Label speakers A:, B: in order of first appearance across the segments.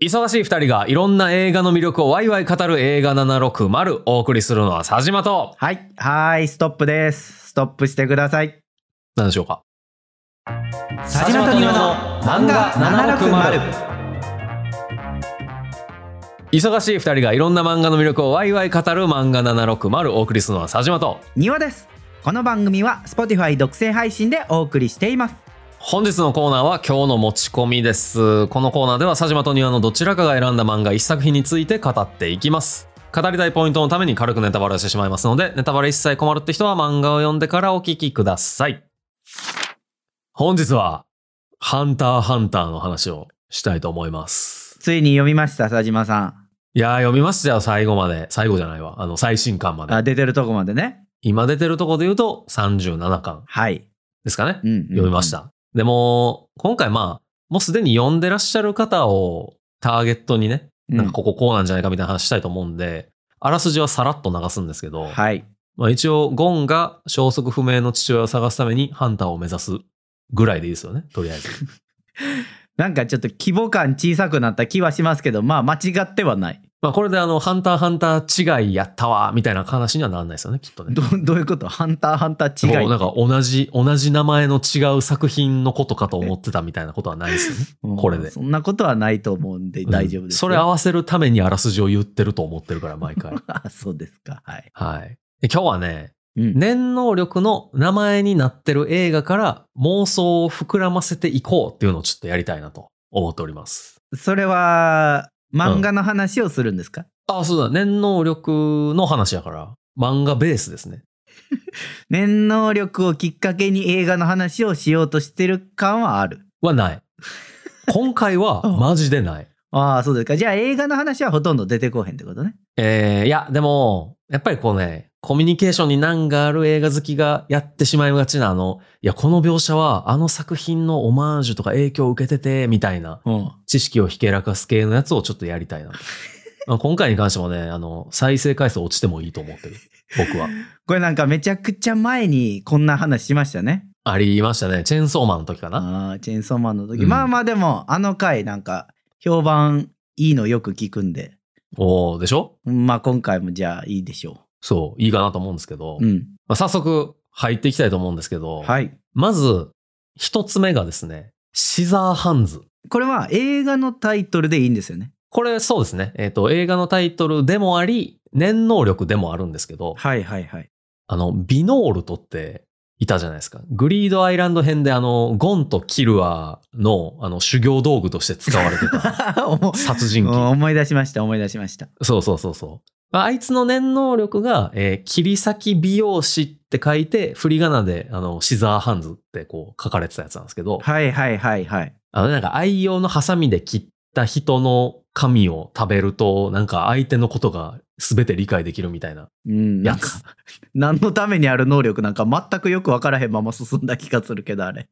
A: 忙しい二人がいろんな映画の魅力をワイワイ語る映画760お送りするのは佐島と、
B: はい、はーい、ストップです。ストップしてください。
A: 何でしょうか。
B: 佐島と庭の漫画760。
A: 忙しい二人がいろんな漫画の魅力をワイワイ語る漫画760お送りするのは佐島と、
B: 庭です。この番組は Spotify 独占配信でお送りしています。
A: 本日のコーナーは今日の持ち込みです。このコーナーでは佐島と庭のどちらかが選んだ漫画一作品について語っていきます。語りたいポイントのために軽くネタバレをしてしまいますので、ネタバレ一切困るって人は漫画を読んでからお聞きください。本日は、ハンターハンターの話をしたいと思います。
B: ついに読みました、佐島さん。
A: いやー、読みましたよ、最後まで。最後じゃないわ。あの、最新巻ま
B: あ
A: で。
B: 出てるとこまでね。
A: 今出てるとこで言うと、37巻
B: はい。
A: ですかね。
B: うんうん
A: 読みまし。た。でも、今回まあ、もうすでに読んでらっしゃる方をターゲットにね、
B: うん
A: なんかこここうなんじゃないかみたいな話したいと思うんで、あらすじはさらっと流すんですけど、
B: はい。
A: まあ一応、ゴンが消息不明の父親を探すためにハンターを目指すぐらいでいいですよね、とりあえず。
B: なんかちょっと規模感小さくなった気はしますけど、まあ間違ってはない。
A: まあこれであの、ハンターハンター違いやったわ、みたいな話にはならないですよね、きっとね。
B: どどういうことハンターハンター違
A: こ。
B: いう
A: なんか同じ、同じ名前の違う作品のことかと思ってたみたいなことはないですよね。
B: うん
A: これで
B: そんなことはないと思うんで 大丈夫です
A: そ
B: よ、
A: れ合わせるためにあらすじを言ってると思ってるから、毎回。
B: あそうですか。はい。
A: はい。で今日はね、
B: うん
A: 念能力の名前になってる映画から妄想を膨らませていこうっていうのをちょっとやりたいなと思っております。
B: それは漫画の話をするんですか、
A: あ、そうだ。念能力の話やから、漫画ベースですね。
B: 念能力をきっかけに映画の話をしようとしてる感はある。
A: は ない。今回は
B: うん
A: マジでない。
B: ああ、そうですか。じゃあ映画の話はほとんど出てこへんってことね。
A: えー、いや、でも、やっぱりこうね、コミュニケーションに難がある映画好きがやってしまいがちな、あの、いや、この描写はあの作品のオマージュとか影響を受けてて、みたいな
B: うん。
A: 知識をひけらかす系のやつをちょっとやりたい なと。まあ今回に関してもね、あの、再生回数落ちてもいいと思ってる。僕は。
B: これなんかめちゃくちゃ前にこんな話しましたね。
A: ありましたね。チェーンソーマンの時かな。
B: ああ、チェーンソーマンの時。
A: うん
B: まあまあでも、あの回なんか評判いいのよく聞くんで、
A: おおでしょ
B: まあ今回もじゃあいいでしょ
A: そう、いいかなと思うんですけど、
B: う。
A: ま
B: うん。
A: あ、早速入っていきたいと思うんですけど、
B: はい。
A: まず、一つ目がですね、シザーハンズ。
B: これは映画のタイトルでいいんですよね。
A: これそうですね。えっ、と、映画のタイトルでもあり、念能力でもあるんですけど、
B: はいはいはい。
A: あの、ビノールトっていたじゃないですか。グリードアイランド編であの、ゴンとキルアのあの修行道具として使われて た
B: 思
A: 殺人鬼。
B: 思い出しました思い出しました。
A: そうそうそうそう。まああいつの念能力が、えー切り裂き美容師って書いて、振り仮名で、あの、シザーハンズってこう書かれてたやつなんですけど、
B: はいはいはいはい。
A: あの、なんか愛用のハサミで切った人の髪を食べると、なんか相手のことが全て理解できるみたいな
B: うん、な
A: や
B: んか
A: つ。
B: 何のためにある能力なんか全くよく分からへんまま進んだ気がするけどあれ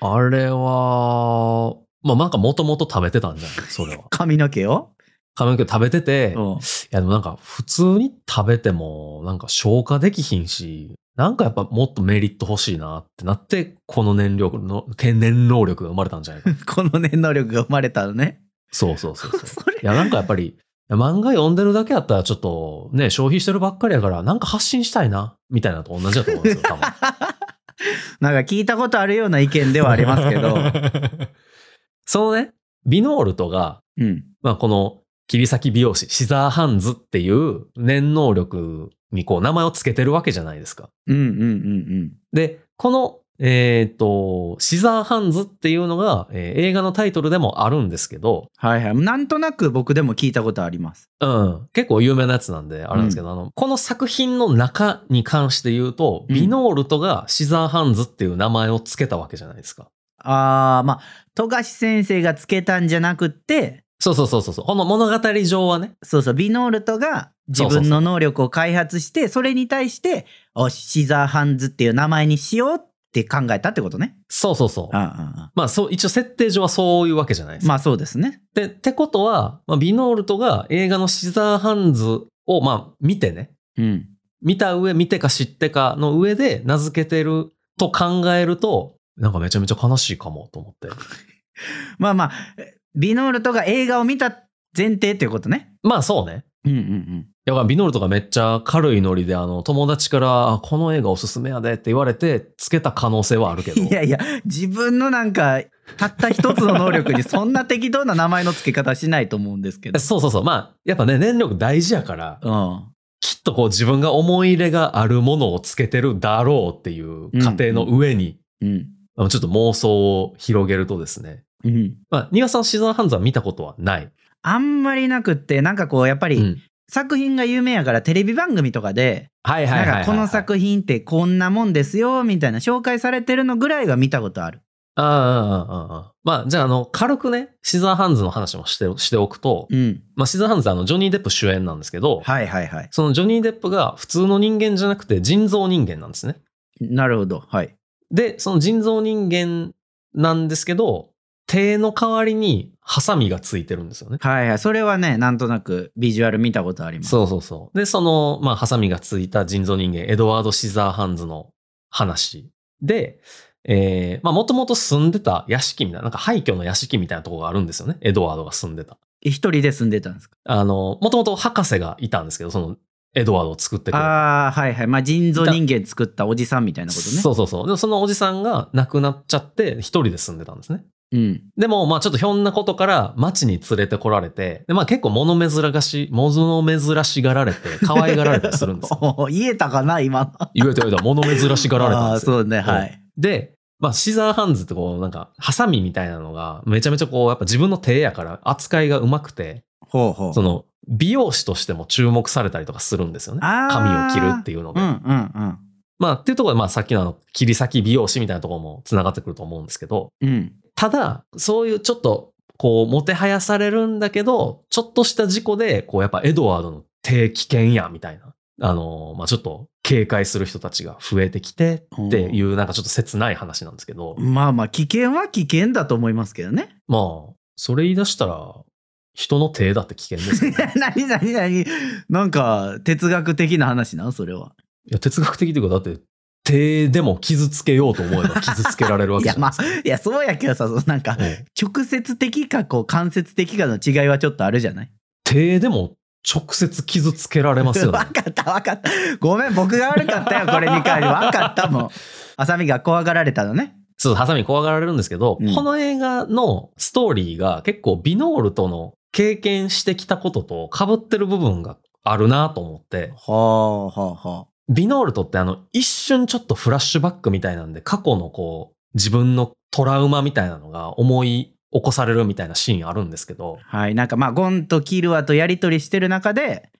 A: あれは、まあなんかもともと食べてたんじゃないそ れは。
B: 髪の毛を、
A: 髪の毛食べてて、い
B: うん
A: やでもなんか普通に食べてもなんか消化できひんし、なんかやっぱもっとメリット欲しいなってなって、この燃料の、天然能力が生まれたんじゃ ないか。
B: この念能力が生まれたのね
A: そうそうそうそう。
B: それ
A: いやなんかやっぱり、いや漫画読んでるだけやったらちょっとね、消費してるばっかりやから、なんか発信したいな、みたいなのと同じだと思うんですよ、多 分。
B: なんか聞いたことあるような意見ではあります けど、
A: そのね、ビノールトが、
B: うん、
A: まあ、この切り裂き美容師シザーハンズっていう念能力にこう名前を付けてるわけじゃないですか。
B: うんうんうん
A: でこの、えー、とシザーハンズっていうのが、えー映画のタイトルでもあるんですけど、
B: はいはいなんとなく僕でも聞いたことあります
A: うん、結構有名なやつなんであれなんですけど、あのこの作品の中に関して言うと、
B: うん
A: ビノールトがシザーハンズっていう名前を付けたわけじゃないですか。
B: あーまあ富樫先生がつけたんじゃなくって
A: そうそうそうそうそうこの物語上はね
B: そうそうビノールトが自分の能力を開発してそれに対しておシザーハンズっていう名前にしようって考えたってことね
A: そうそうそう
B: ああああ
A: まあそう一応設定上はそういうわけじゃないですか
B: まあそうですね。
A: で、ってことは、まあ、ビノールトが映画のシザーハンズを、まあ、見てね、
B: うん。
A: 見た上、見てか知ってかの上で名付けてると考えると、なんかめちゃめちゃ悲しいかもと思って。
B: まあまあ、ビノールトが映画を見た前提ということね。
A: まあそうね。
B: うんうんうん。
A: いや、ビノルとかめっちゃ軽いノリで、あの、友達から、あこの映画おすすめやでって言われて、つけた可能性はあるけど。
B: いやいや、自分のなんか、たった一つの能力にそんな適当な名前の付け方しないと思うんです けど。
A: そうそうそう。まあ、やっぱね、念力大事やから、
B: うん。
A: きっとこう自分が思い入れがあるものをつけてるだろうっていう過程の上に、
B: うん。
A: あのちょっと妄想を広げるとですね。
B: うん。
A: まあ、庭さん、シザーハンズは見たことはない。
B: あんまりなくって、なんかこう、やっぱり、
A: うん
B: 作品が有名やからテレビ番組とかで、
A: はいはいはいはい、
B: なんかこの作品ってこんなもんですよみたいな紹介されてるのぐらいは見たことある。
A: ああああああああまあ、じゃあ、あの、軽くね、シザーハンズの話もしてしておくと、
B: うん。
A: まあ、シザーハンズはあのジョニー・デップ主演なんですけど、
B: はいはいはい。
A: そのジョニー・デップが普通の人間じゃなくて人造人間なんですね。
B: なるほど。はい。
A: で、その人造人間なんですけど、手の代わりにハサミがついてるんですよね。
B: はいはい。それはね、なんとなくビジュアル見たことあります。
A: そうそうそう。で、その、まあ、ハサミがついた人造人間、エドワード・シザーハンズの話で、えー、まあ、もともと住んでた屋敷みたいな、なんか廃墟の屋敷みたいなとこがあるんですよね。エドワードが住んでた。
B: 一人で住んでたんですか
A: あの、もともと博士がいたんですけど、その、エドワードを作ってくれた。
B: ああ、はいはい。まあ人造人間作ったおじさんみたいなことね。
A: そうそうそう。でもそのおじさんが亡くなっちゃって、一人で住んでたんですね。
B: う。うん。
A: でも、まあちょっとひょんなことから町に連れてこられて、でまあ結構物珍がし、物珍しがられて、可愛がられたりするんですよ。
B: おー言えたかな、今の。
A: 言えた言えた、物珍しがられたん
B: あ
A: で
B: あ、
A: すよ。
B: そうね、はい。
A: で、まあシザーハンズってこうなんか、ハサミみたいなのが、めちゃめちゃこう、やっぱ自分の手やから扱いがうまくて、
B: ほうほう。
A: その、美容師としても注目されたりとかするんですよね。
B: あー
A: 髪を切るっていうの
B: う
A: で。
B: んうん
A: まあっていうところで、まあさっきのあの、切り裂き美容師みたいなところも繋がってくると思うんですけど、
B: うん。うん。
A: ただそういうちょっとこうもてはやされるんだけどちょっとした事故でこうやっぱエドワードの低危険やみたいなあのまあちょっと警戒する人たちが増えてきてっていうなんかちょっと切ない話なんですけど
B: まあまあ、危険は危険だと思いますけどね。
A: まあそれ言い出したら人の手だって危険ですよ ね
B: 何何何なんか、哲学的な話なのそれは。
A: いや哲学的というかだって手でも傷つけようと思えば傷つけられるわけじゃないですか。
B: いや、そうやけどさ、そのなんか、
A: うん
B: 直接的か、こう、間接的かの違いはちょっとあるじゃない
A: 手でも直接傷つけられますよね
B: わ。かったわかった。ごめん、僕が悪かった よ、これに関して。わかったもん。あさみが怖がられたのね。
A: そう、ハサミ怖がられるんですけど、
B: うん
A: この映画のストーリーが結構ビノールとの経験してきたことと被ってる部分があるなと思って、
B: はあはあは
A: ビノールとってあの一瞬ちょっとフラッシュバックみたいなんで過去のこう自分のトラウマみたいなのが思い起こされるみたいなシーンあるんですけど、
B: あ。はい、なんかまあ、ゴンとキルアとやりとりしてる中で、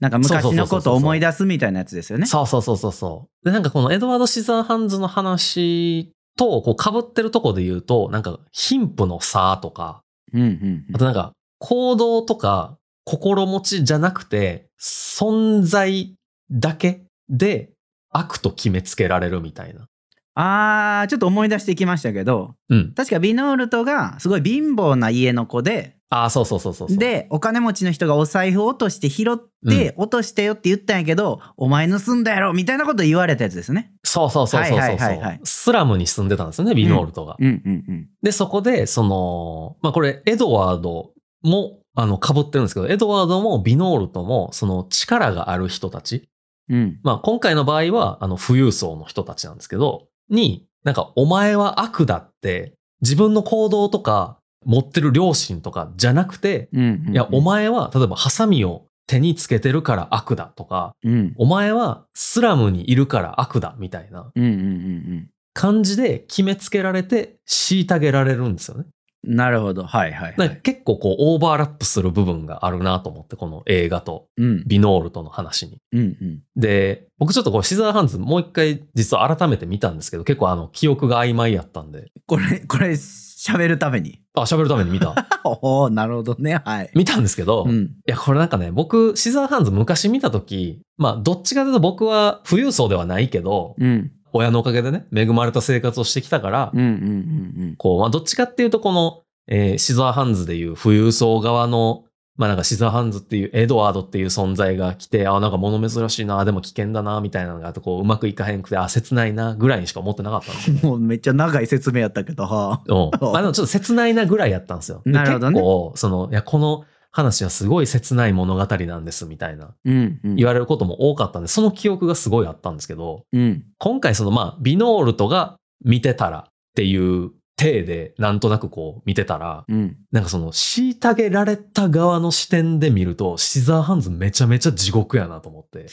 B: なんか昔のことを思い出すみたいなやつですよね。
A: そうそうそうそうそう。で、なんかこのエドワード・シザーハンズの話とこう被ってるとこで言うと、なんか貧富の差とか、
B: うんうん
A: あとなんか、行動とか心持ちじゃなくて、存在だけで悪と決めつけられるみたいな。
B: うん。あー、ちょっと思い出してきましたけど、
A: うん。
B: 確かビノールトがすごい貧乏な家の子で、
A: ああ、そうそうそうそうそう。、
B: でお金持ちの人がお財布を落として拾って、落としてよって言ったんやけどお前盗んだやろみたいなこと言われたやつですね。
A: そうそうそうそうそう、
B: はいはいはいはい
A: スラムに住んでたんですよね、ビノールトが。
B: うんうんうん。
A: で、そこで、その、まあこれ、エドワードも、あの、被ってるんですけど、エドワードもビノールトも、その力がある人たち、
B: うん、
A: まあ今回の場合は、あの、富裕層の人たちなんですけど、に、なんか、お前は悪だって、自分の行動とか、持ってる良心とかじゃなくて、
B: うんうん、
A: いや、お、前は、例えば、ハサミを手につけてるから悪だとか、
B: うん、
A: お前はスラムにいるから悪だみたいな
B: うんうんうん
A: 感じで決めつけられて、虐げられるんですよね。
B: うん。なるほどはいはい、
A: だ
B: は
A: から
B: い。
A: 結構こう、オーバーラップする部分があるなと思って、この映画と、
B: うん
A: ビノールとの話に。
B: うんうん。
A: で、僕ちょっとこうシザーハンズもう一回実は改めて見たんですけど、結構あの記憶が曖昧やったんで、
B: これこれ喋るために。
A: あ、喋るために見た。
B: おおなるほどねはい。
A: 見たんですけど、
B: う
A: い
B: ん
A: や、これなんかね、僕、シザーハンズ昔見たとき、まあ、どっちかというと僕は富裕層ではないけど、
B: うん
A: 親のおかげでね、恵まれた生活をしてきたから、
B: うんうんうん
A: こう、まあ、どっちかっていうと、この、えーシザーハンズでいう富裕層側の、まあなんかシザーハンズっていう、エドワードっていう存在が来て、あなんか物珍しいな、でも危険だな、みたいなのがあって、こう、うまくいかへんくて、あ、切ないな、ぐらいにしか思ってなかったん ですよ
B: うん。もうめっちゃ長い説明やったけどはあ。
A: うん。まあでもちょっと切ないなぐらいやったんですよ。で
B: なるほどね
A: 結構、その、いや、この話はすごい切ない物語なんですみたいな
B: うんうん
A: 言われることも多かったんで、その記憶がすごいあったんですけど、
B: うん
A: 今回そのまあ、ビノールトが見てたらっていう体でなんとなくこう見てたら、
B: うん
A: なんかその虐げられた側の視点で見ると、シザーハンズめちゃめちゃ地獄やなと思って。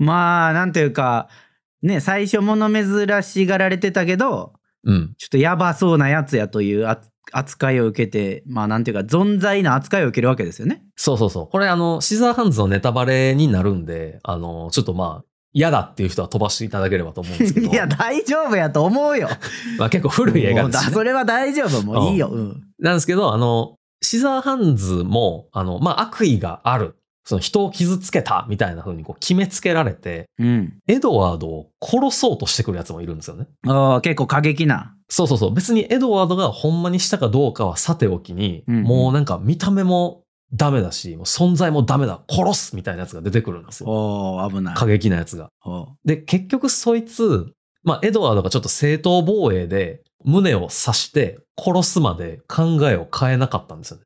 B: まあなんていうかね最初物珍しがられてたけど
A: うん。
B: ちょっとやばそうなやつやというあ扱いを受けてまあなんていうか存在な扱いを受けるわけです よね。
A: そうそうそう。これあの、シザーハンズのネタバレになるんで、あの、ちょっとまあ、嫌だっていう人は飛ばしていただければと思うんです けど。
B: いや大丈夫やと思うよ。
A: まあ結構古い映画
B: もう
A: で
B: だ
A: す、ね
B: そ。れは大丈夫もういいよ。うん
A: なんですけど、あの、シザーハンズも、あの、まあ悪意がある。その人を傷つけたみたいな風にこう決めつけられて、
B: うん、
A: エドワードを殺そうとしてくるやつもいるんですよね。
B: ああ結構過激な。
A: そうそうそう。別にエドワードがほんまにしたかどうかはさておきに、
B: うん
A: もうなんか見た目もダメだし、もう存在もダメだ、殺すみたいなやつが出てくるんですよ。
B: おー危ない。
A: 過激なやつが。
B: おー
A: で、結局そいつ、まあ、エドワードがちょっと正当防衛で胸を刺して殺すまで考えを変えなかったんですよね。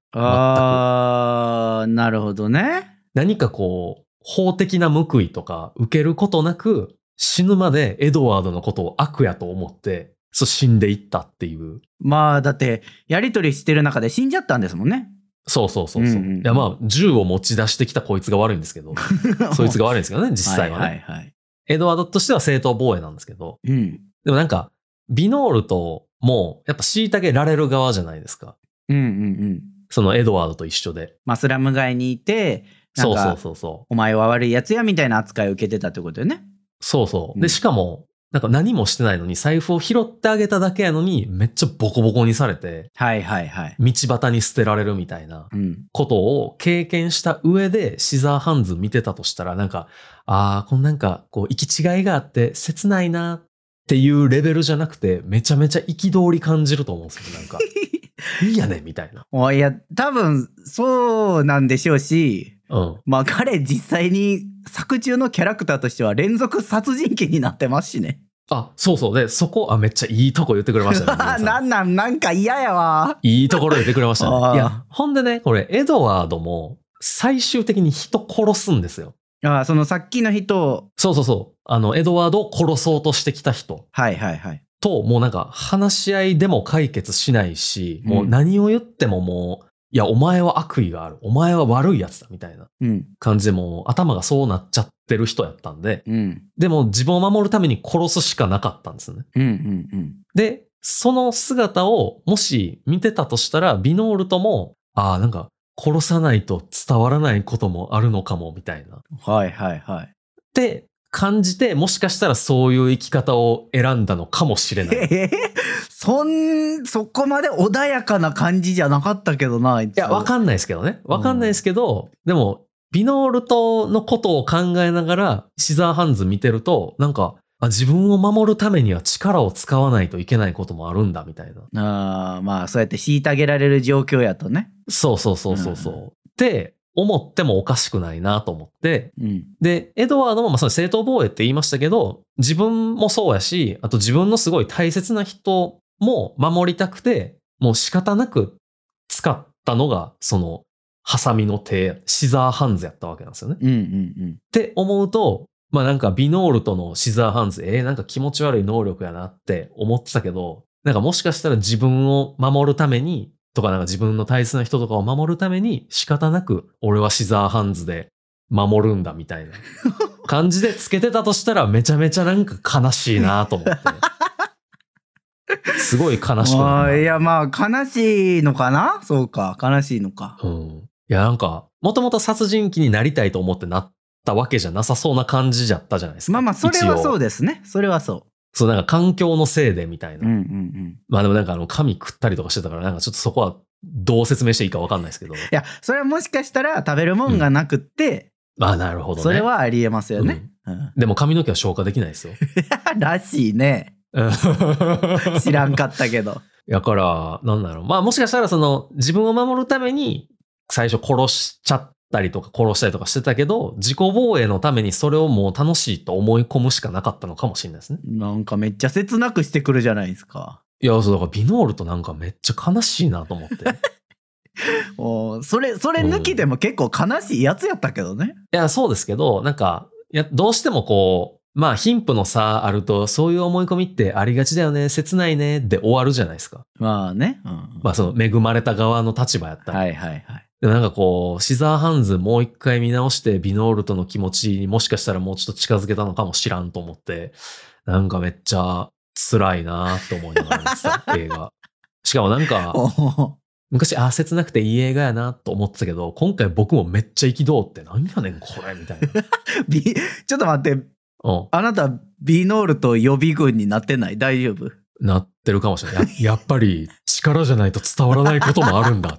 B: あーなるほどね。
A: 何かこう、法的な報いとか受けることなく、死ぬまでエドワードのことを悪やと思って、そう死んでいったっていう
B: まあだってやり取りしてる中で死んじゃったんですもんね。
A: そうそうそうそう。
B: うんうん
A: いやまあ銃を持ち出してきたこいつが悪いんですけ ど、 そいつ
B: が
A: が悪いんですけどね、実際はね。
B: はいはいはい。
A: エドワードとしては正当防衛なんですけど、
B: うん
A: でもなんか、ビノールともやっぱ虐げられる側じゃないですか。
B: うんうんうん。
A: そのエドワードと一緒で。
B: まあスラム街にいてな
A: そ
B: ん
A: うそ
B: か
A: うそうそ
B: お前は悪いやつやみたいな扱いを受けてたってことよね。
A: う。そうそう。
B: うん
A: で、しかも、なんか何もしてないのに財布を拾ってあげただけやのに、めっちゃボコボコにされて、
B: はいはいはい。
A: 道端に捨てられるみたいな
B: うん、
A: ことを経験した上でシザーハンズ見てたとしたらなんかああこのなんかこう行き違いがあって切ないなっていうレベルじゃなくてめちゃめちゃ憤り感じると思うんですけどなんかいいやねみたいな
B: おいや多分そうなんでしょうし
A: うん
B: まあ彼実際に作中のキャラクターとしては連続殺人鬼になってますしね。
A: あそうそうでそこあめっちゃいいとこ言ってくれましたね皆さん
B: なんなんなんか嫌やわ。
A: いいところ言ってくれました
B: あー
A: ねいやほんでねこれエドワードも最終的に人殺すんですよ
B: ああそのさっきの人を
A: そうそうそうあのエドワードを殺そうとしてきた人
B: はいはいはい。
A: と、もうなんか話し合いでも解決しないし、
B: うん
A: もう何を言ってももう、いや、お前は悪意がある。お前は悪いやつだ。みたいな
B: うん
A: 感じでもう頭がそうなっちゃってる人やったんで、
B: うん
A: でも自分を守るために殺すしかなかったんですよね。
B: うんうんうん。
A: で、その姿をもし見てたとしたら、ビノールとも、ああ、なんか殺さないと伝わらないこともあるのかも、みたいな。っ
B: はいはいはい。
A: て感じて、もしかしたらそういう生き方を選んだのかもしれない。
B: えーそんそこまで穏やかな感じじゃなかったけどなあいつ。
A: いや、わかんないですけどね。わかんないですけど、でも、ビノールトのことを考えながら、シザーハンズ見てると、なんか、あ自分を守るためには力を使わないといけないこともあるんだ、みたいな。
B: あーまあそうやって虐げられる状況やとね。
A: そうそうそうそうそう。って思ってもおかしくないなと思って。
B: うん。
A: で、エドワードも、まあ、その正当防衛って言いましたけど、自分もそうやし、あと自分のすごい大切な人も守りたくて、もう仕方なく使ったのが、その、ハサミの手、シザーハンズやったわけなんですよね。
B: うんうん
A: って思うと、まあなんかビノールとのシザーハンズ、えー、なんか気持ち悪い能力やなって思ってたけど、なんかもしかしたら自分を守るために、とかなんか自分の大切な人とかを守るために仕方なく俺はシザーハンズで守るんだみたい な感じでつけてたとしたらめちゃめちゃなんか悲しいなと思って。すごい悲しく
B: ま
A: な
B: あ
A: る
B: い
A: な。
B: やまあ悲しいのかなそうか悲しいのか。
A: うん。いやなんか、もともと殺人鬼になりたいと思ってなったわけじゃなさそうな感じじゃったじゃないですか。
B: まあまあそれは
A: 一応
B: そうですね。それはそ。
A: そう、なんか環境のせいでみたいうな。
B: うんうんうん。
A: まあでもなんかあの、髪食ったりとかしてたから、なんかちょっとそこはどう説明していいかわかんないですけど。
B: いやそれはもしかしたら食べるもんがなくって、
A: まあなるほどね。
B: それはありえますよね。うん
A: でも髪の毛は消化できないですよ。
B: らしいね。知らん。かったけ ど。
A: だから、なんだろう。まあもしかしたらその、自分を守るために、最初殺しちゃったりとか殺したりとかしてたけど、自己防衛のためにそれをもう楽しいと思い込むしかなかったのかもしれないですね。
B: なんかめっちゃ切なくしてくるじゃないですか。
A: いや、そうだからビノールとなんかめっちゃ悲しいなと思って。
B: おーそれ、それ抜きでも結構悲しいやつやったけどね。
A: いや、そうですけど、なんか、いや、どうしてもこう、まあ、貧富の差あると、そういう思い込みってありがちだよね、切ないね、で終わるじゃないですか。
B: まあね。うん
A: まあ、その、恵まれた側の立場やったら。
B: はいはいはい。
A: でもなんかこう、シザーハンズもう一回見直して、ビノールとの気持ちにもしかしたらもうちょっと近づけたのかもしらんと思って、なんかめっちゃ辛いなと思いながら見て た映画。しかもなんか、
B: おー
A: 昔、ああ、切なくていい映画やなと思ってたけど、今回僕もめっちゃ憤って、なんやねんこれ、みたいな。
B: びちょっと待って、
A: うん。
B: あなた、ビノールと予備軍になってない大丈夫
A: なってるかもしれない。やや っぱり力じゃないと伝わらないこともあるんだ。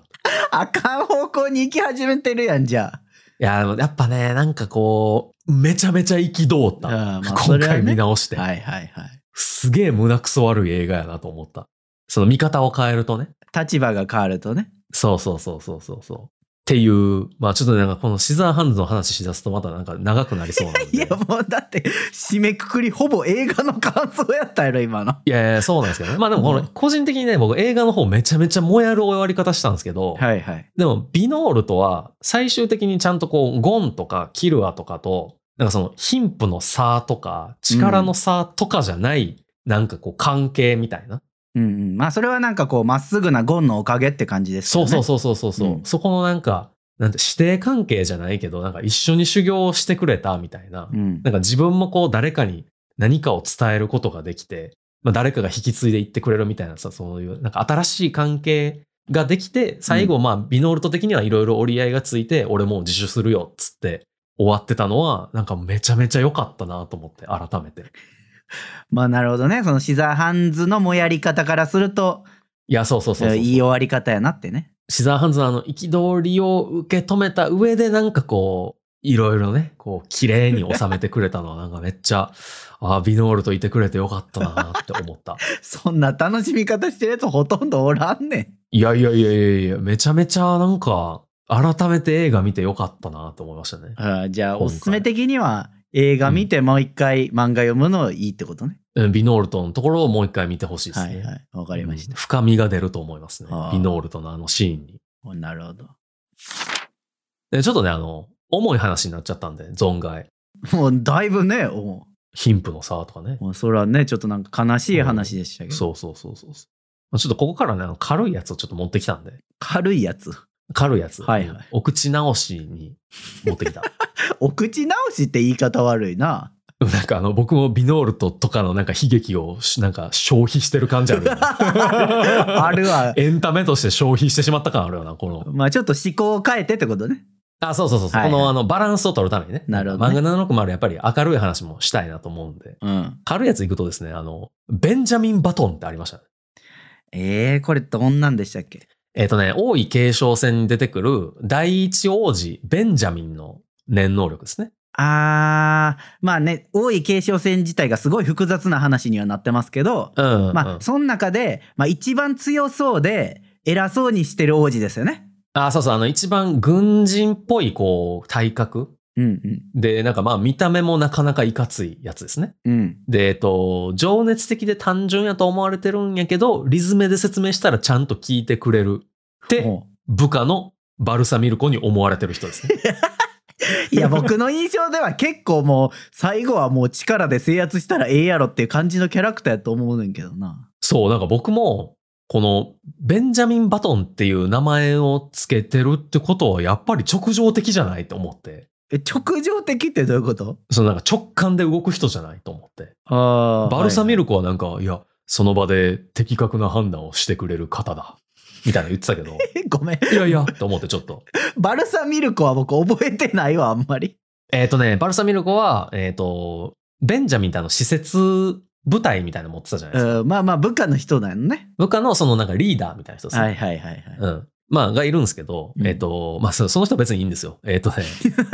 B: あかん方向に行き始めてるやん、じゃ
A: いや、でもやっぱね、なんかこう、めちゃめちゃ憤った。
B: あ。あーまあそ
A: 今
B: れはね
A: 回見直して。
B: はいはいはい。
A: すげえ胸くそ悪い映画やなと思った。その見方を変えるとね。
B: 立場が変わるとね。
A: そうそうそうそうそうそう。っていう、まあちょっとなんかこのシザーハンズの話しだすとまたなんか長くなりそうなんで。
B: いや、もうだって、締めくくりほぼ映画の感想やったやろ、今の。
A: いやいや、そうなんですけどね。まあでもこ
B: う
A: の
B: ん
A: 個人的にね、僕映画の方めちゃめちゃ燃える終わり方したんですけど、
B: はいはい。
A: でもビノールとは最終的にちゃんとこう、ゴンとかキルアとかと、なんかその貧富の差とか力の差とかじゃない、なんかこう関係みたいな。
B: うんうん。まあ、それはなんかこう、まっすぐなゴンのおかげって感じです
A: そう
B: よね。
A: そうそうそうそうそう、
B: うん
A: そこのなんかなんて師弟関係じゃないけどなんか一緒に修行をしてくれたみたいな、
B: うん。
A: なんか自分もこう誰かに何かを伝えることができて、まあ、誰かが引き継いでいってくれるみたいなさそういうなんか新しい関係ができて最後まあビノールト的にはいろいろ折り合いがついて俺もう自首するよっつって終わってたのはなんかめちゃめちゃ良かったなと思って改めて
B: まあ、なるほどね。そのシザーハンズのもやり方からすると、
A: いやそうそうそうそうそう
B: いい終わり方やなってね。
A: シザーハンズのあの憤りを受け止めた上でなんかこういろいろねこう綺麗に収めてくれたのはなんかめっちゃああビノールといてくれてよかったなって思った
B: そんな楽しみ方してるやつほとんどおらんねん。
A: いやいやいやいやいやめちゃめちゃなんか改めて映画見てよかったなと思いましたね
B: あーじゃあ、
A: 今回
B: おすすめ的には、映画見てもう一回漫画読むのいいってことね。
A: うんビノールとのところをもう一回見てほしいです
B: は
A: ね、
B: いはい。わかりまし
A: うん
B: た。
A: 深みが出ると思いますね
B: あー
A: ビノールとのあのシーンに
B: なるほど。
A: でちょっとねあの重い話になっちゃったんで存外
B: もうだいぶね、お
A: 貧富の差とかね
B: うもうそれはね、ちょっとなんか悲しい話でしたけど。
A: そうそうそうそうそうまあちょっとここからねあの軽いやつをちょっと持ってきたんで
B: 軽いやつ。
A: 軽いやつ、
B: はいはい
A: お口直しに持ってきた
B: お口直しって言い方悪いな。
A: なんかあの僕もビノールトとかのなんか悲劇をしなんか消費してる感じある よね
B: あるわ。
A: エンタメとして消費してしまった感あるよなこの
B: まあちょっと思考を変えてってことね。
A: あそうそうそうそう、
B: はいはい
A: このあのバランスを取るためにね
B: なるほどね
A: 漫画760やっぱり明るい話もしたいなと思うんで
B: うん。
A: 軽いやついくとですねあのベンジャミン・バトンってありましたね
B: えー、これどんなんでしたっけ
A: えっ、とね王位継承戦に出てくる第一王子ベンジャミンの念能力ですね
B: あー、まあね、王位継承戦自体がすごい複雑な話にはなってますけど、
A: うんうん、うん
B: まあその中で、まあ一番強そうで、偉そうにしてる王子ですよね。
A: あ、そうそう、あの、一番軍人っぽい、こう、体格。
B: うんうん。
A: で、なんかまあ、見た目もなかなかいかついやつですね。
B: うん。
A: で、えっと、情熱的で単純やと思われてるんやけど、リズメで説明したらちゃんと聞いてくれる。で、
B: も
A: 部下のバルサミルコに思われてる人ですね。
B: ういや、僕の印象では結構もう、最後はもう力で制圧したらええやろっていう感じのキャラクターやと思うねんけどな。
A: そう、なんか僕も、この、ベンジャミン・バトンっていう名前を付けてるってことは、やっぱり直情的じゃないと思って。
B: え、直情的ってどういうこと
A: そのなんか直感で動く人じゃないと思って。
B: あ
A: バルサミルコはなんか、いや、その場で的確な判断をしてくれる方だ。みたいなの言ってた けど、
B: ごめん。
A: いやいや、と思ってちょっと。
B: バルサミルコは僕覚えてないわ、あんまり。
A: えっ、とね、バルサミルコは、えっ、と、ベンジャミンってあの施設部隊みたいなの持ってたじゃないですか。
B: うん、まあまあ、部下の人だよね。
A: 部下のそのなんかリーダーみたいな人ですね。
B: はいはいはいはい。
A: うん。まあ、がいるんですけど、
B: うん
A: えっ、と、まあ、そその人は別にいいんですよ。えっ、 とね、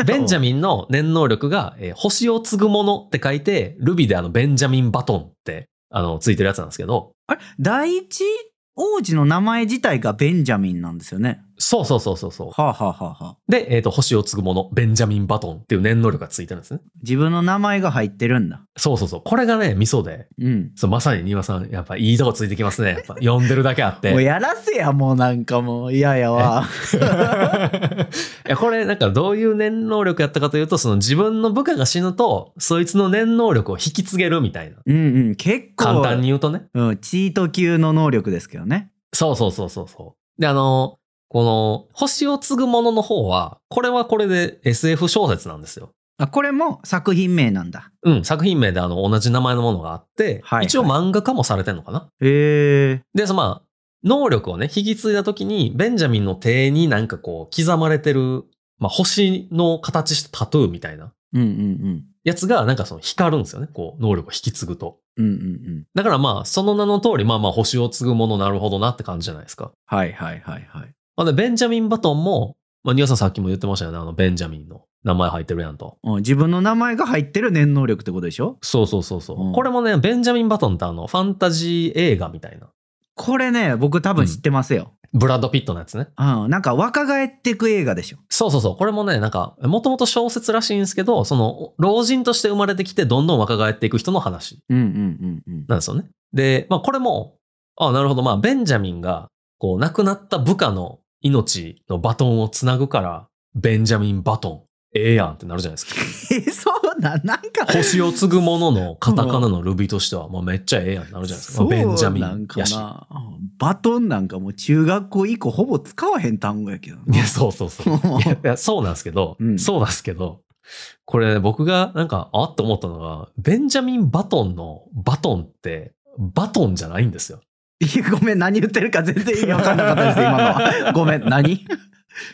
A: ベンジャミンの念能力が、えー星を継ぐものって書いて、ルビであの、ベンジャミンバトンって、あの、ついてるやつなんですけど、
B: あれ、第一王子の名前自体がベンジャミンなんですよね。
A: そうそうそうそうそう。
B: はあ、はあはあはあ、
A: で、えっ、と、星を継ぐ者、ベンジャミン・バトンっていう念能力がついてるんですね。
B: 自分の名前が入ってるんだ。
A: そうそうそう。これがね、ミソで、
B: うん。
A: そうまさに丹羽さん、やっぱいいとこついてきますね。やっぱ呼んでるだけあっ て。
B: もうやらせや、もうなんかもう嫌やわ。
A: いやこれなんかどういう念能力やったかというとその自分の部下が死ぬとそいつの念能力を引き継げるみたいな
B: うんうん、結構
A: 簡単に言うとね
B: うん、チート級の能力ですけどね。
A: そうそうそうそうそうであのこの星を継ぐものの方はこれはこれで SF 小説なんですよ
B: あ、これも作品名なんだ。
A: うん作品名であの同じ名前のものがあって、
B: はいはい
A: 一応漫画化もされてんのかな
B: へえ。
A: でそのまあ能力をね引き継いだ時にベンジャミンの手になんかこう刻まれてる、まあ、星の形したタトゥーみたいな
B: うんうん
A: やつがなんかその光るんですよね。こう、能力を引き継ぐと。
B: うん。うんうんうん。
A: だからまあ、その名の通り、まあまあ、星を継ぐものなるほどなって感じじゃないですか。
B: はいはいはいはい。
A: まあ、で、ベンジャミン・バトンも、まあ、ニワさんさっきも言ってましたよね。あの、ベンジャミンの名前入ってるやんと。
B: うん自分の名前が入ってる念能力ってことでしょ
A: そうそうそうそう。
B: うん
A: これもね、ベンジャミン・バトンってあの、ファンタジー映画みたいな。
B: これね、僕多分知ってますよ。
A: ブラッド・ピットのやつね。
B: うん、なんか若返ってく映画でしょ。
A: そうそうそう。これもね、なんか、もともと小説らしいんですけど、その、老人として生まれてきて、どんどん若返っていく人の話。
B: うんうんうんうん。
A: なんですよね。で、まあこれも、あなるほど、まあベンジャミンが、こう亡くなった部下の命のバトンをつなぐから、ベンジャミンバトン、ええやんってなるじゃないです か。
B: え、そうなん、なんか。
A: 星を継ぐもののカタカナのルビとしては、まあめっちゃええやんってなるじゃないですか。
B: そ
A: まあ
B: う
A: ベンジャミ
B: なん
A: ン
B: か
A: やし。
B: な。うんバトンなんかもう中学校以降ほぼ使わへん単語やけどな。
A: いや、そうそうそう。いやいやそうなんですけど、
B: うん
A: そうなんですけど、これ僕がなんか、あって思ったのが、ベンジャミンバトンのバトンって、バトンじゃないんですよ。
B: いやごめん、何言ってるか全然意味わかんなかったです、今の は。ごめん、何
A: い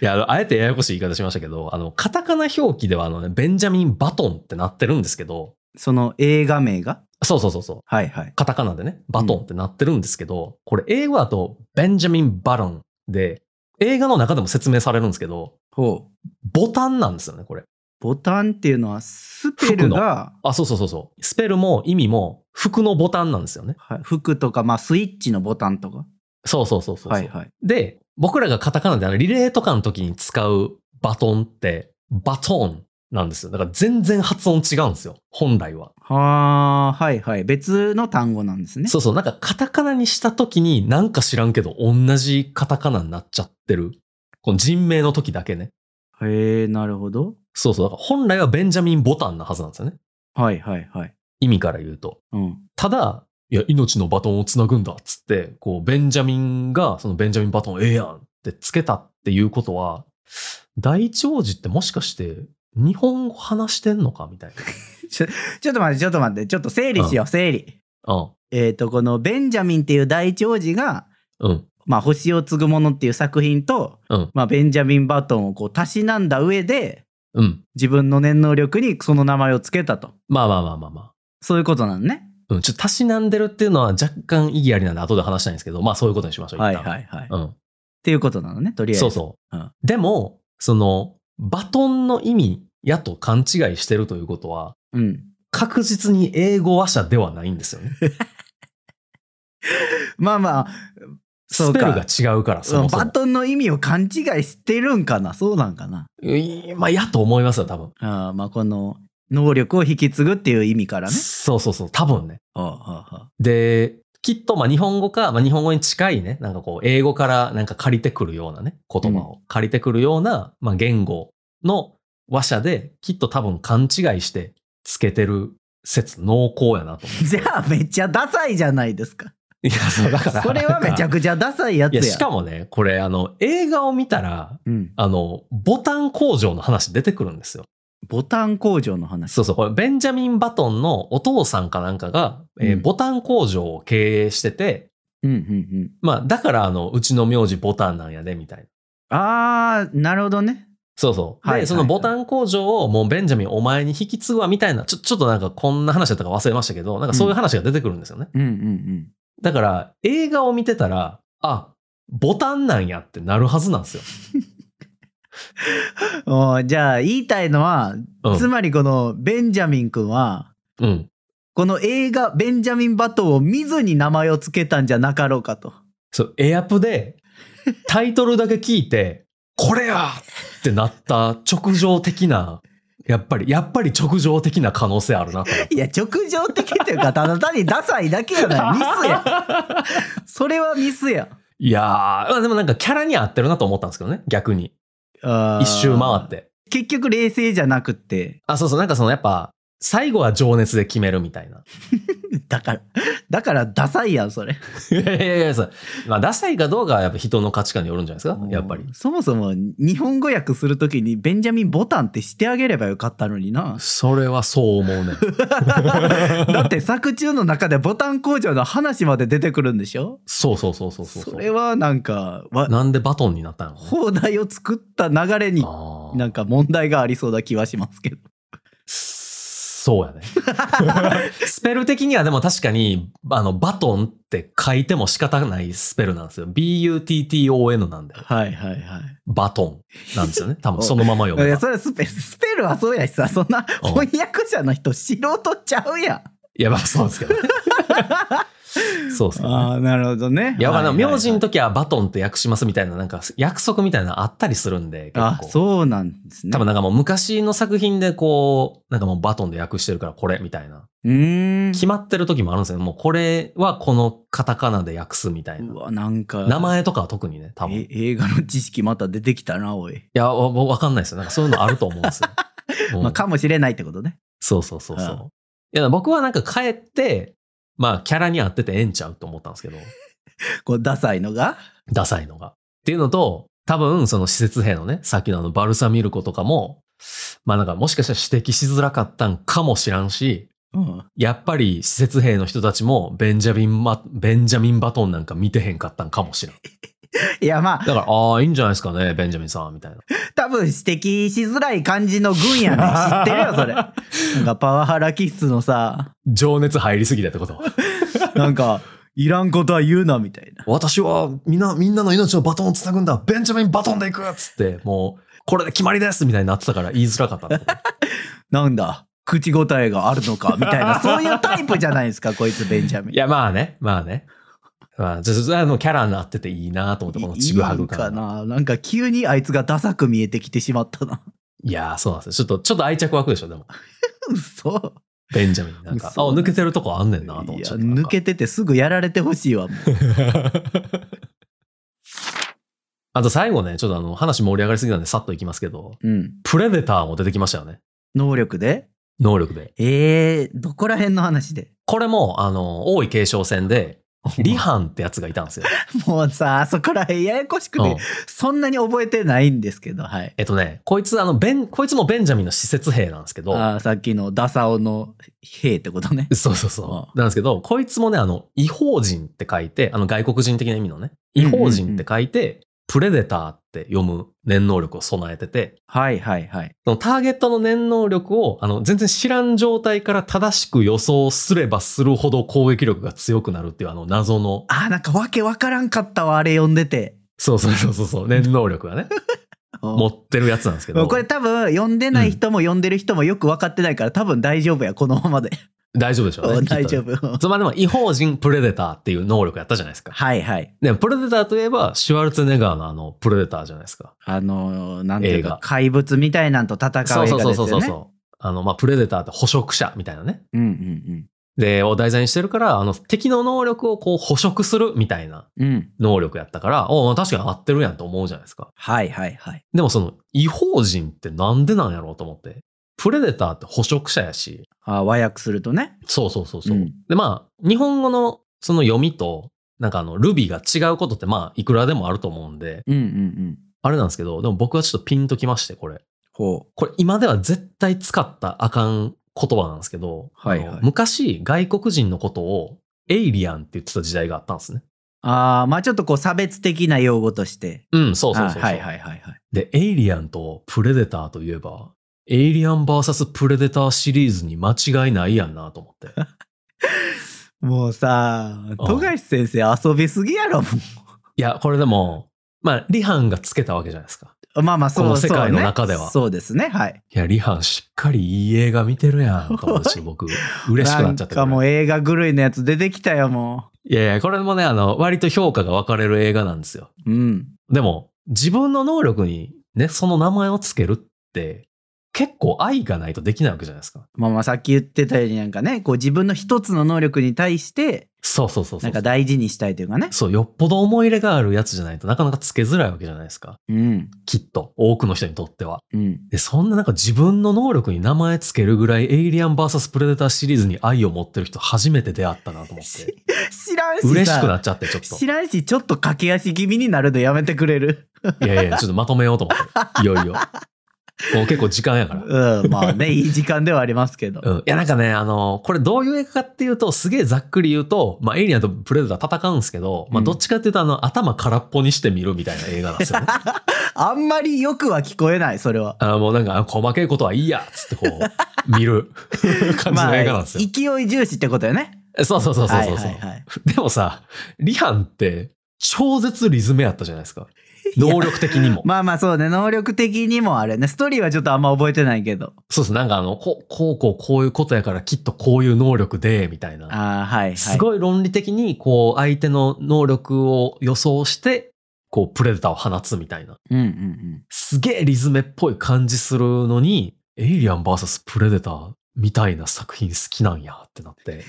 A: や、あのあえてややこしい言い方しましたけど、あの、カタカナ表記ではあの、ね、ベンジャミン・バトンってなってるんですけど、
B: その映画名が
A: そうそうそうそう、
B: はいはい。
A: カタカナでね、バトンってなってるんですけど、これ英語だと、ベンジャミン・バロンで、映画の中でも説明されるんですけど、
B: ほう。
A: ボタンなんですよね、これ。
B: ボタンっていうのはスペルが
A: あ、そうそうそうそう。スペルも意味も、服のボタンなんですよね。
B: はい服とか、まあ、スイッチのボタンとか。
A: そうそうそうそうそう。
B: はいはい。
A: で、僕らがカタカナであのリレーとかの時に使うバトンって、バトンなんですよ。だから全然発音違うんですよ、本来は。
B: はあ、はいはい。別の単語なんですね。
A: そうそう、なんかカタカナにした時になんか知らんけど同じカタカナになっちゃってる。この人名の時だけね。
B: へえ、なるほど。
A: そうそう、だから本来はベンジャミン・ボタンなはずなんですよね。
B: はいはいはい。
A: 意味から言うと。
B: うん。
A: ただ、いや、命のバトンをつなぐんだっつって、こう、ベンジャミンがそのベンジャミンバトンええやんってつけたっていうことは、第一王子ってもしかして日本語話してんのかみたい
B: ちょっと待って、ちょっと待って。ちょっと整理しよう、整理。
A: な。
B: えっ、と、このベンジャミンっていう第一王子が、
A: うん。うん。
B: まあ、星を継ぐものっていう作品と、
A: うん
B: まあ、ベンジャミン・バトンをこう、たしなんだ上で、
A: うん。
B: 自分の念能力にその名前をつけたと。
A: まあまあまあまあまあ。
B: そういうことなのね。
A: うん、ちょっとたしなんでるっていうのは若干意義ありなんで後で話したいんですけど、まあそういうことにしましょう。一
B: は
A: 旦
B: いはいはい。っ
A: うん。
B: ていうことなのね、とりあえず。
A: そうそう。
B: うん
A: でも、その、バトンの意味やと勘違いしてるということは、
B: う。うん。
A: 確実に英語話者ではないんですよね。
B: まあまあ、 そ
A: ス
B: う
A: ペ
B: か
A: ルが違うから、そもそ
B: バ
A: も。
B: トンの意味を勘違いしてるんかなそうなんかな
A: うんまあ、やと思いますよ、多分。
B: あーまあこの能力を引き継ぐっていう意味からね。
A: そうそうそう、多分ね。
B: ああああ
A: で、きっと、まあ、日本語か、まあ、日本語に近いね、なんかこう、英語からなんか借りてくるようなね、言葉を借りてくるような、まあ、言語の話者で、きっと多分勘違いしてつけてる説濃厚やなと思
B: じゃあめっちゃダサいじゃないですか。
A: う。いや、そう、だから。
B: それはめちゃくちゃダサいやつ
A: い
B: や。
A: や、しかもね、これ、あの、映画を見たら、
B: うん、
A: あの、ボタン工場の話出てくるんですよ。
B: ボタン工場の話。
A: そうそう、これ、ベンジャミン・バトンのお父さんかなんかが、えー
B: うん
A: ボタン工場を経営してて、
B: うんうんうん。
A: まあ、だから、あの、うちの名字ボタンなんやで、みたいな。
B: ああなるほどね。
A: そうそう。で、
B: はいはいはい
A: そのボタン工場をもうベンジャミンお前に引き継ぐわみたいな、ちょ、ちょっとなんかこんな話だったか忘れましたけど、なんかそういう話が出てくるんですよね。
B: うんうんうん。
A: だから映画を見てたら、あ、ボタンなんやってなるはずなんですよ。
B: おーじゃあ言いたいのは、
A: うん
B: つまりこのベンジャミン君は
A: うん。
B: この映画「ベンジャミン・バトン」を見ずに名前を付けたんじゃなかろうかと。
A: そう、エアプで、タイトルだけ聞いて、これやってなった直情的な、やっぱり、やっぱり直情的な可能性あるなと思って
B: いや、直情的っ ていうか、ただ単にダサいだけやない。ミスや。それはミスや。
A: いやー、まあでもなんかキャラに合ってるなと思ったんですけどね、逆に。一
B: 一
A: 周回って。
B: 結局冷静じゃなくて、
A: あ、そうそう、なんかそのやっぱ、最後は情熱で決めるみたいな。
B: だから、だからダサいやん、それ。
A: いやいやいや、そう。まあ、ダサいかどうかはやっぱ人の価値観によるんじゃないですか、やっぱり。。
B: そもそも日本語訳するときにベンジャミンボタンってしてあげればよかったのにな
A: それはそう思うね。
B: だって作中の中でボタン工場の話まで出てくるんでしょ
A: そうそうそうそうそう。
B: そうれはなんか、わ
A: なんでバトンになったの
B: 放題を作った流れに
A: あー
B: なんか問題がありそうな気はしますけど。
A: そうやね。 スペル的にはでも確かに、あの、バトンって書いても仕方ないスペルなんですよ。B-U-T-T-O-N なんで。
B: はいはいはい。
A: バトンなんですよね。多分そのまま読
B: い
A: め
B: や、
A: ば。
B: それはスペスペルはそうやしさ、そんな翻訳者の人素人ちゃうやん。
A: いや、まあそうですけど。 そうですけどね。
B: ああ、なるほどね。
A: いや、わかんない。名字の
B: と
A: 時はバトンって訳しますみたいな、なんか約束みたいなのあったりするんで、結構。
B: あ、そうなんですね。
A: 多分なんかもう昔の作品でこう、なんかもうバトンで訳してるからこれみたいな。
B: うーん。
A: 決まってる時もあるんですよね。もうこれはこのカタカナで訳すみたいな
B: う。わ、なんか。
A: 名前とかは特にね、多分。
B: え
A: い
B: 映画の知識また出てきたな、おい。
A: や、わわかんないですよ。なんかそういうのあると思うんですよ。うん
B: まあ、かもしれないってことね。
A: そうそうそうそう。
B: うん
A: いや、僕はなんか帰って、まあキャラに合っててええんちゃうと思ったんですけど、
B: こう、ダサいのが。
A: ダサいのが。っていうのと、多分その施設兵のね、さっきのあのバルサミルコとかも、まあなんかもしかしたら指摘しづらかったんかもしらんし、
B: うん。
A: やっぱり施設兵の人たちもベンジャミンマ、ベンジャミンバトンなんか見てへんかったんかもしれん。
B: いや、まあ、
A: だから、ああ、いいんじゃないですかね、ベンジャミンさん、みたいな。
B: 多分指摘しづらい感じの軍や ねん。知ってるよ、それ。なんか、パワハラ気質のさ、
A: 情熱入りすぎたってこと。
B: なんか、いらんことは言うな、みたいな。
A: 私は、みんな、みんなの命のバトンをつなぐんだ、ベンジャミンバトンでいくっつって、もう、これで決まりですみたいになってたから言いづらかったってこと
B: なんだ、口答えがあるのか、みた いな。そういうタイプじゃないですか、こいつ、ベンジャミン。
A: いや、まあね、まあね。まあ、ちょっと、あの、キャラになってていいなと思って、このちぐはぐ
B: いいか
A: 感が。
B: な。なんか、急にあいつがダサく見えてきてしまったな。
A: いやー、そうなんですよ。ちょっと、ちょっと愛着湧くでしょ、でも。
B: 嘘。
A: ベンジャミン。なんか、あ、
B: そうなん
A: 抜
B: です
A: けてるとこあんねんなと思っ
B: い
A: ち
B: や
A: ゃった。なん
B: 抜
A: か
B: けててすぐやられてほしいわもう
A: あと最後ね、ちょっとあの話盛り上がりすぎたんでさっといきますけど、
B: うん
A: プレデターも出てきましたよね。
B: 能力で
A: 能力で。
B: えー、どこら辺の話で
A: これも、あの、王位継承戦で、リハンってやつがいたんですよ。
B: もうさあそこら辺ややこしく
A: うん
B: てそんなに覚えてないんですけどはい
A: えっとね、こいつ、あの、ベン、こいつもベンジャミンの施設兵なんですけど、
B: あーさっきのダサオの兵ってこと ね
A: そうそうそう。なんですけど、こいつもね、あの、違法人って書いて、あの、外国人的な意味のね、違法人って書いて、プレデターって読む念能力を備えてて、
B: はいはいはい
A: そのターゲットの念能力を、あの、全然知らん状態から正しく予想すればするほど攻撃力が強くなるっていう、あの、謎の、
B: あーなんかわけわからんかったわあれ読んでて
A: そうそうそうそう そう、念能力がね、
B: うん
A: 持ってるやつなんですけど、
B: これ多分読んでない人も読んでる人もよく分かってないから多分大丈夫やこのままで、
A: 大丈夫でしょうね。きっとね
B: 大丈。夫
A: つまりでも、違法人プレデターっていう能力やったじゃないですか。
B: はいはい
A: でも、プレデターといえば、シュワルツェネッガーのあの、プレデターじゃないですか。
B: あのーなんていう
A: 映画
B: か怪物みたいなんと戦う映画です
A: そ
B: よ
A: うそ
B: ね
A: うそうそうそうそう。あの、まあ、プレデターって捕食者みたいなね。
B: うんうん
A: で、を題材にしてるから、あの、敵の能力をこう捕食するみたいな
B: うんうん
A: 能力やったから、おう確かに合ってるやんと思うじゃないですか。
B: はいはいはい
A: でもその、違法人ってなんでなんやろうと思って。プレデターって捕食者やし。
B: あ和訳するとね
A: そうそうそうそう。
B: うん
A: で、まあ、日本語のその読みと、なんかあの、ルビーが違うことって、まあ、いくらでもあると思うんで、
B: うんうんうん
A: あれなんですけど、でも僕はちょっとピンときまして、これ。
B: ほ
A: これ今では絶対使ったあかん言葉なんですけど、
B: はいはい
A: あの昔外国人のことをエイリアンって言ってた時代があったんですね。
B: うああまあちょっとこう差別的な用語として
A: うん、そうそうそうそう、
B: あはいはいはいはい
A: で、エイリアンとプレデターといえば、エイリアン VS プレデターシリーズに間違いないやんなと思 って。
B: もうさ富樫先生遊びすぎやろもう
A: いや、これでも、まあ、リハンがつけたわけじゃないですか。
B: まあまあそう
A: この世界の
B: そうね
A: 中では
B: そうですねはい
A: いや、リハンしっかりいい映画見てるやんと思ってちょっと僕、嬉 しくなっちゃって
B: なんかもう映画狂いのやつ出てきたよも
A: いやいや、これもね、あの、割と評価が分かれる映画なんですよ。
B: ううん
A: でも、自分の能力にね、その名前をつけるって、結構愛がないとできないわけじゃないですか。
B: まあまあさっき言ってたようになんかねこう自分の一つの能力に対して
A: そうそうそうそ
B: な
A: う。
B: んか大事にしたいというかね
A: そう、よっぽど思い入れがあるやつじゃないとなかなかつけづらいわけじゃないですか。
B: うん
A: きっと、多くの人にとっては。
B: うん
A: で、そんななんか自分の能力に名前つけるぐらい、エイリアン VS プレデターシリーズに愛を持ってる人初めて出会ったなと思っ、
B: して 知らんしさ
A: 嬉しくなっちゃって、ちょっと。
B: 知らんしちょっと駆け足気味になるのやめてくれる
A: いやいや、ちょっとまとめようと思って。いよ いよ。もう結構時間やから。
B: うんまあねいい時間ではありますけど
A: うん、いやなんかね、あのこれどういう映画かっていうと、すげえざっくり言うと、まあ、エイリアンとプレデター戦うんですけど、ま
B: う
A: あ、
B: ん
A: どっちかっていうと、あの、頭空っぽにして見るみたいな映画なんですよ ね。
B: あんまりよくは聞こえないそれは
A: あのもうなんか、あ細けいことはいいやっつってこう、見 る感じの映画なんですよ。
B: 勢い重視ってことよね
A: そうそうそうそうそう。
B: はいはいはい
A: でもさ、リハンって、超絶リズムやったじゃないですか。能力的にも。
B: まあまあそうね能力的にもあれねストーリーはちょっとあんま覚えてないけど
A: そうそう、なんかあの、こう、こう、こう、こういうことやから、きっとこういう能力で、みたいな。
B: ああはいはい
A: すごい論理的にこう相手の能力を予想してこうプレデターを放つみたいな
B: うんうんうん
A: すげえリズムっぽい感じするのにエイリアン VS プレデターみたいな作品好きなんやってなって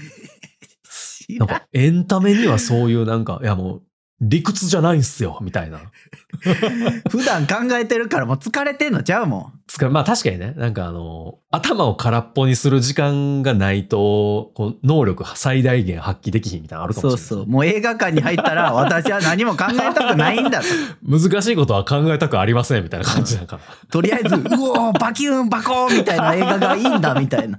A: な
B: 知
A: ん
B: らん
A: かエンタメにはそういうなんかいやもう理屈じゃないんすよみたいな
B: 普段考えてるからもう疲れてんのちゃうもん
A: つかまあ確かにねなんかあの頭を空っぽにする時間がないとこう能力最大限発揮できひんみたいなのあるか
B: そ
A: も
B: う
A: しれ
B: そ
A: な
B: う
A: い
B: もう映画館に入ったら私は何も考えたくない んだと
A: 難しいことは考えたくありませんみたいな感じだから
B: とりあえず「うおーバキューンバコーン」みたいな映画がいいんだみたいな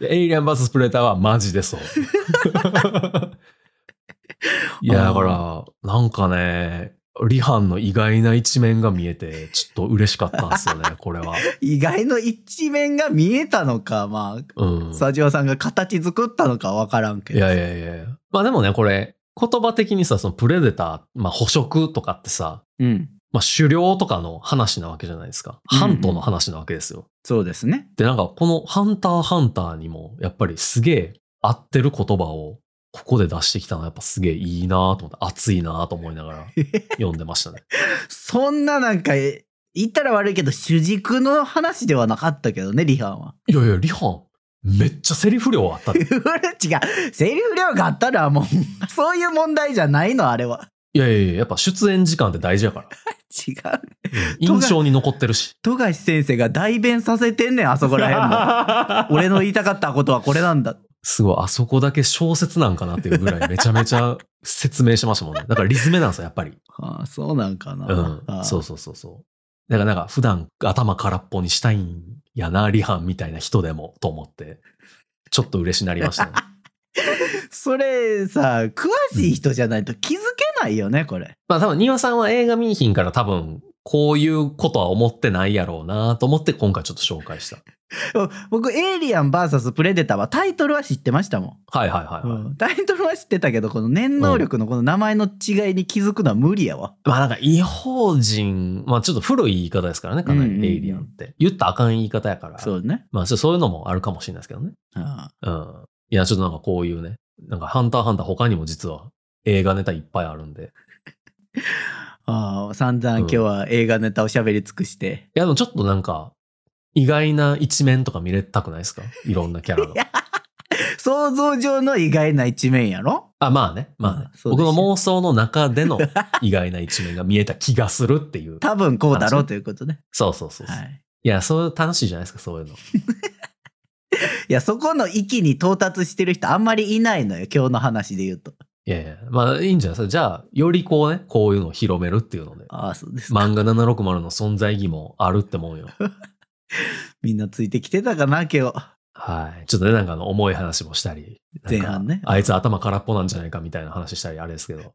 A: エイリアン VS プレーターはマジでそう。いや、だから、なんかね、リハンの意外な一面が見えて、ちょっと嬉しかったんですよね、これは。
B: 意外の一面が見えたのかまあ
A: うん。
B: スタジオさんが形作ったのか分からんけ
A: い
B: ど
A: やいやいや。まあでもね、これ、言葉的にさ、そのプレデター、まあ捕食とかってさ、
B: うん
A: まあ狩猟とかの話なわけじゃないですか。
B: うん
A: ハントの話なわけですよ。
B: そうですね
A: で、なんかこのハンターハンターにも、やっぱりすげえ合ってる言葉を、ここで出してきたのはやっぱすげえいいなと思って、熱いなと思いながら読んでましたね。
B: そんななんかえ言ったら悪いけど主軸の話ではなかったけどねリハンは
A: いやいや、リハン、めっちゃセリフ量あった
B: 違
A: で。
B: うセリフ量があったらもうそういう問題じゃないのあれはい
A: やいやいや、やっぱ出演時間って大事やから。
B: 違う
A: 印象に残ってるし。
B: 富樫先生が代弁させてんねんあそこら 辺の俺の言いたかったことはこれなんだ
A: すごい、あそこだけ小説なんかなっていうぐらいめちゃめちゃ説明しましたもんね。だからリズメなんですよ、やっぱり。
B: ああそうなんかな、
A: う
B: あ
A: ん。
B: あ
A: そうそうそうそう。だからなんか普段頭空っぽにしたいんやな、リハンみたいな人でもと思って、ちょっと嬉しになりま したね。
B: それさ詳しい人じゃないと気づけないよねこれ
A: まあ多分、庭さんは映画見いひんから多分、こういうことは思ってないやろうなと思って今回ちょっと紹介した。
B: 僕「エイリアン VS プレデター」はタイトルは知ってましたも
A: はいはいはい、
B: ん、
A: はい
B: うんタイトルは知ってたけどこの念能力のこの名前の違いに気づくのは無理やわ、
A: まあなんか、違法人、まあちょっと古い言い方ですからね、かな
B: うんうんうん
A: りエイリアンって。言ったらあかん言い方やから。
B: そうね、
A: まあちょっとそういうのもあるかもしれないですけどね。
B: あ
A: うん。いや、ちょっとなんかこういうね、なんかハンターハンター他にも実は映画ネタいっぱいあるんで。
B: あ散々今日は映画ネタをしゃべり尽くして、
A: いや、でもちょっとなんか、意外な一面とか見れたくないですかいろんなキャラの。
B: 想像上の意外な一面やろ
A: あ、まあね。まあね
B: うん。そう
A: 僕
B: ですよ
A: の妄想の中での意外な一面が見えた気がするって いう。
B: 多分こうだろうということね
A: そうそうそうそう。、
B: はいい、
A: や、そう楽しいじゃないですか、そういうの。
B: いやそこの域に到達してる人あんまりいないのよ今日の話で言うと
A: いやいや、まあいいんじゃないですか。じゃあ、よりこうね、こういうのを広めるっていうの で。
B: ああそうですか、
A: 漫画760の存在意義もあるって思うよ。
B: みんなついてきてたかな今日
A: はい。ちょっとね、なんかあの重い話もしたり。なんか
B: 前半ね
A: あいつ頭空っぽなんじゃないかみたいな話したり、あれですけど。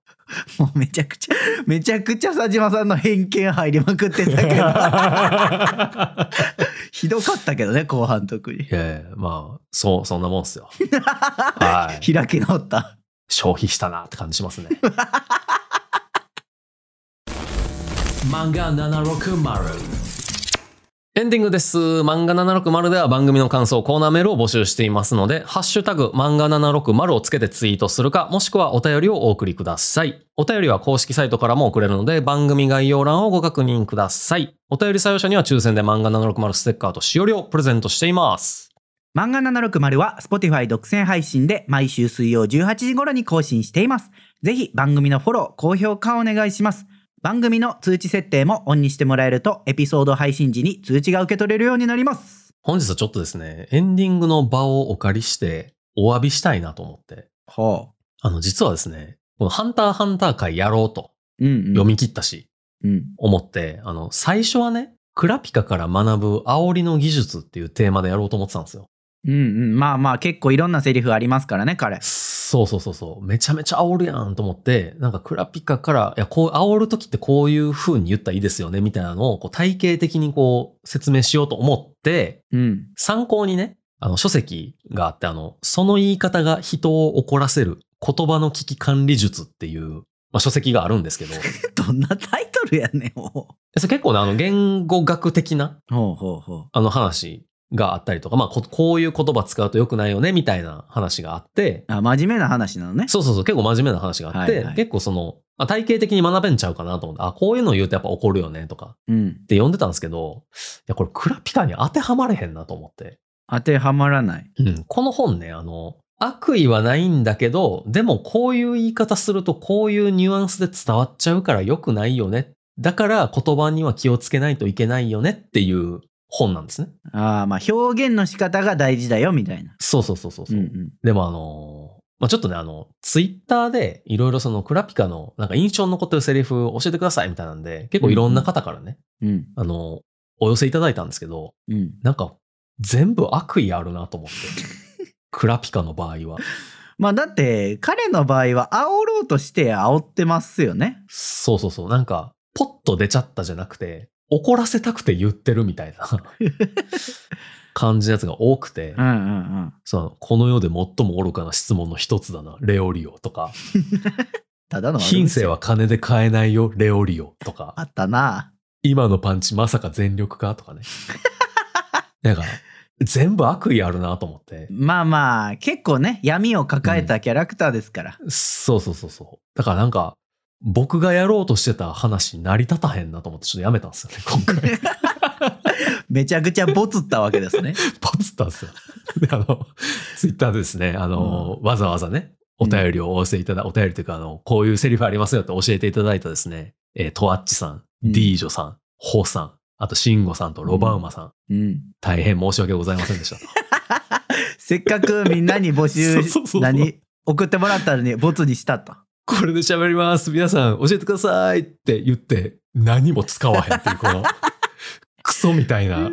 B: もうめちゃくちゃめちゃくちゃ佐島さんの偏見入りまくってたけど ひどかったけどね後半特に
A: いやいや、まあ、そう、そんなもんっすよ。はい。
B: 開き直った
A: 消費したなって感じしますね。漫画760エンディングです。漫画760では番組の感想、コーナーメールを募集していますので、ハッシュタグ、漫画760をつけてツイートするか、もしくはお便りをお送りください。お便りは公式サイトからも送れるので、番組概要欄をご確認ください。お便り採用者には抽選で漫画760ステッカーとしおりをプレゼントしています。
B: 漫画760は Spotify 独占配信で毎週水曜18時頃に更新しています。ぜひ番組のフォロー、高評価をお願いします。番組の通知設定もオンにしてもらえるとエピソード配信時に通知が受け取れるようになります。
A: 本日はちょっとですね、エンディングの場をお借りして、お詫びしたいなと思って。
B: ほ
A: あの、実はですね、このハンターハンター会やろうと
B: う。うん、うん。
A: 読み切ったし、
B: うん。
A: 思って、あの、最初はね、クラピカから学ぶ煽りの技術っていうテーマでやろうと思ってたんですよ。
B: うんうん。まあまあ結構いろんなセリフありますからね、彼。
A: そうそうそうそう。めちゃめちゃ煽るやんと思って、なんかクラピカから、いや、こう、煽るときってこういう風に言ったらいいですよね、みたいなのを、こう、体系的にこう、説明しようと思って、
B: うん。
A: 参考にね、あの、書籍があって、あの、その言い方が人を怒らせる言葉の危機管理術っていう、まあ、書籍があるんです けど、
B: どんなタイトルやねん、ほ
A: それ結構ね、あの、言語学的な
B: う。ほうほうほう。
A: あの話があったりとか、まあこ、こういう言葉使うと良くないよね、みたいな話があって、
B: あ、真面目な話なのね。
A: そうそうそう、結構真面目な話があって、
B: はいはい
A: 結構その、あ体系的に学べんちゃうかなと思って、あ、こういうの言うとやっぱ怒るよね、とか
B: うん
A: っ。て読んでたんですけど、いや、これクラピカに当てはまれへんなと思って。
B: 当てはまらない。
A: うん、この本ね、あの、悪意はないんだけど、でもこういう言い方するとこういうニュアンスで伝わっちゃうから良くないよね。だから言葉には気をつけないといけないよねっていう本なんですね。
B: ああ、まあ表現の仕方が大事だよ、みたいな。
A: そうそうそうそうそう。
B: ん
A: でもあのーまあ、ちょっとね、あの、ツイッターでいろいろそのクラピカのなんか印象に残ってるセリフを教えてくださいみたいなんで、結構いろんな方からね、
B: うん。うん。
A: あのーお寄せいただいたんですけど、
B: うん。
A: なんか全部悪意あるなと思って。 クラピカの場合は。
B: まあだって、彼の場合は煽ろうとして煽ってますよね。
A: そうそうそう。なんか、ポッと出ちゃったじゃなくて、怒らせたくて言ってるみたいな 感じのやつが多くて
B: う、んうんうん。
A: そのこの世で最も愚かな質問の一つだな、レオリオ とか。
B: ただの悪口
A: 品性は金で買えないよ、レオリオと
B: あ
A: か、
B: ったな。
A: 今のパンチまさか全力かと かね。なんか、全部悪意あるなと思って。
B: まあまあ、結構ね、闇を抱えたキャラクターですから。
A: そうそうそうそう。だからなんか、僕がやろうとしてた話成り立たへんなと思ってちょっとやめたんですよね、今回。
B: めちゃくちゃボツったわけで すね。
A: ポツったんですよ。で、あの、ツイッターでですね、あの、わざわざね、お便りをお寄せいただ、お便りというか、あの、こういうセリフありますよって教えていただいたですね、えートワッチさん、
B: うん
A: ディージョさん、ホさん、あと、シンゴさんとロバウマさん、
B: うん。
A: 大変申し訳ございませんでした。
B: せっかくみんなに募
A: そ
B: 集
A: うそうそうそう
B: 何送ってもらったのにボツにしたと。
A: これで喋ります。皆さん、教えてくださいって言って、何も使わへんっていう、こ の、クソみたいな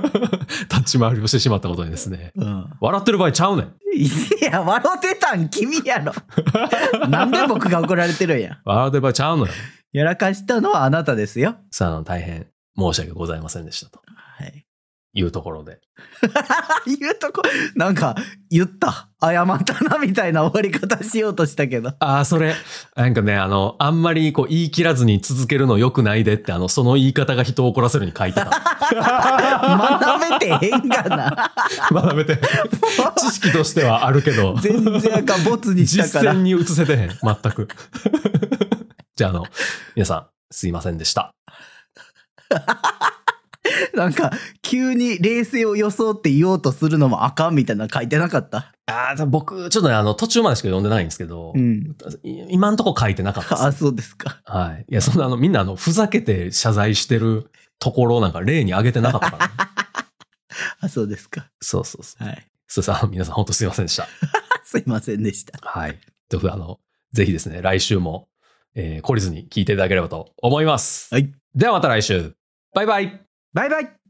A: 立ち回りをしてしまったことにですね。
B: うん、
A: 笑ってる場合ちゃうねん。
B: いや笑ってたん君やろ。なんで僕が怒られてるんや。
A: 笑ってる場合ちゃうのよ。
B: やらかしたのはあなたですよ。
A: さああの、大変申し訳ございませんでしたと
B: はい、
A: いうところで。
B: 言うとこなんか言った謝ったなみたいな終わり方しようとしたけど。
A: ああ、それ、なんかね、あの、あんまりこう言い切らずに続けるの良くないでって、あの、その言い方が人を怒らせるに書いて た。
B: 学べてへんがな。
A: 学べて。知識としてはあるけど。
B: 全然あかんボツにした
A: 実
B: から
A: 践。に移せてへん、全く。 じゃあ、あの、皆さん、すいませんでした。
B: なんか急に冷静を装って言おうとするのもあかんみたいなの書いてなかった。
A: ああ、僕、ちょっとね、あの、途中までしか読んでないんですけど、
B: うん。
A: い今んとこ書いてなかった
B: あ、
A: です。
B: そうですか。
A: はい。いや、そんな、あの、みんな、あの、ふざけて謝罪してるところなんか例に挙げてなかったから、
B: あ、そうですか。
A: そうそうそう。
B: はい。
A: そうさあ、皆さん、本当すいませんでした。
B: すいませんでした。
A: はい。ということで、あの、ぜひですね、来週も、えー、懲りずに聞いていただければと思います。
B: はい。
A: ではまた来週。バイバイ。
B: バイバイ